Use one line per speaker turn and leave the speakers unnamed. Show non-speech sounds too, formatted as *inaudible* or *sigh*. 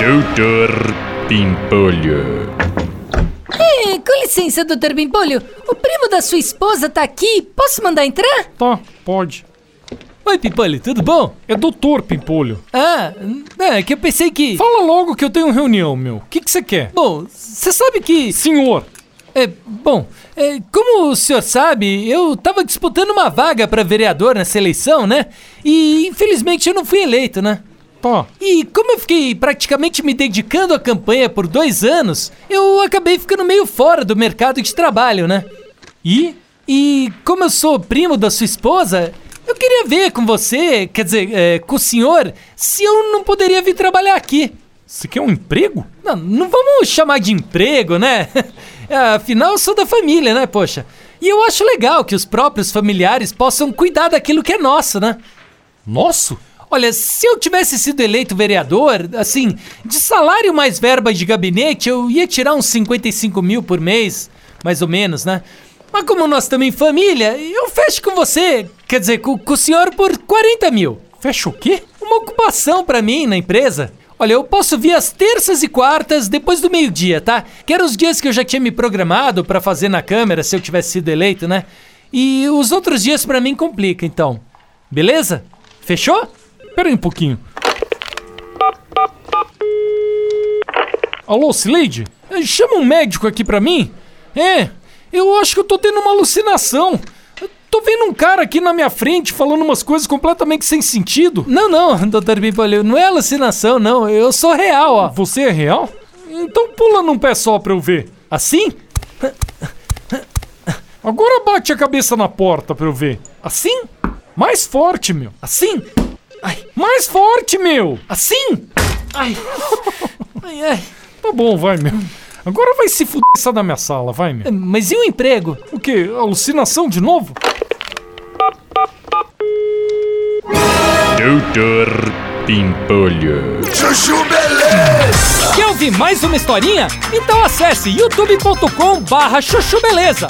Doutor Pimpolho.
É, com licença, doutor Bimpolho. O primo da sua esposa tá aqui. Posso mandar entrar?
Tá, pode.
Oi, Pimpolho, tudo bom?
É doutor Pimpolho.
Ah, hum, é que eu pensei que...
Fala logo que eu tenho reunião, meu. O que que você quer?
Bom, você sabe que...
Senhor,
É, bom, é, como o senhor sabe, eu tava disputando uma vaga pra vereador nessa eleição, né? E infelizmente eu não fui eleito, né?
tá.
E como eu fiquei praticamente me dedicando à campanha por dois anos, eu acabei ficando meio fora do mercado de trabalho, né?
E?
E como eu sou primo da sua esposa, eu queria ver com você, quer dizer, é, com o senhor, se eu não poderia vir trabalhar aqui.
Você quer um emprego?
Não, não vamos chamar de emprego, né? *laughs* É, Afinal, eu sou da família, né, poxa? E eu acho legal que os próprios familiares possam cuidar daquilo que é nosso, né?
Nosso?
Olha, se eu tivesse sido eleito vereador, assim, de salário mais verba de gabinete, eu ia tirar uns 55 mil por mês, mais ou menos, né? Mas como nós também família, eu fecho com você, quer dizer, com, com o senhor por 40 mil.
Fecha o quê?
Uma ocupação pra mim na empresa. Olha, eu posso vir às terças e quartas depois do meio-dia, tá? Que eram os dias que eu já tinha me programado pra fazer na Câmara se eu tivesse sido eleito, né? E os outros dias pra mim complica, então. Beleza? Fechou?
Pera aí um pouquinho. Alô, Sileide? É, Chama um médico aqui pra mim? É, eu acho que eu tô tendo uma alucinação. Eu tô vendo um cara aqui na minha frente falando umas coisas completamente sem sentido.
Não, não, *laughs* doutor Bimpolho, não é alucinação, não. Eu sou real, ó.
Você é real? Então pula num pé só pra eu ver.
Assim?
Agora bate a cabeça na porta pra eu ver.
Assim?
Mais forte, meu.
Assim? Ai,
Mais forte, meu.
assim? Ai. *laughs* Ai, ai.
Tá bom, vai, meu. Agora vai se fuder essa da minha sala, vai, meu.
Mas e o emprego?
O quê? Alucinação de novo?
Doutor Pimpolho.
Quer ouvir mais uma historinha? Então acesse youtube.com barra chuchu beleza.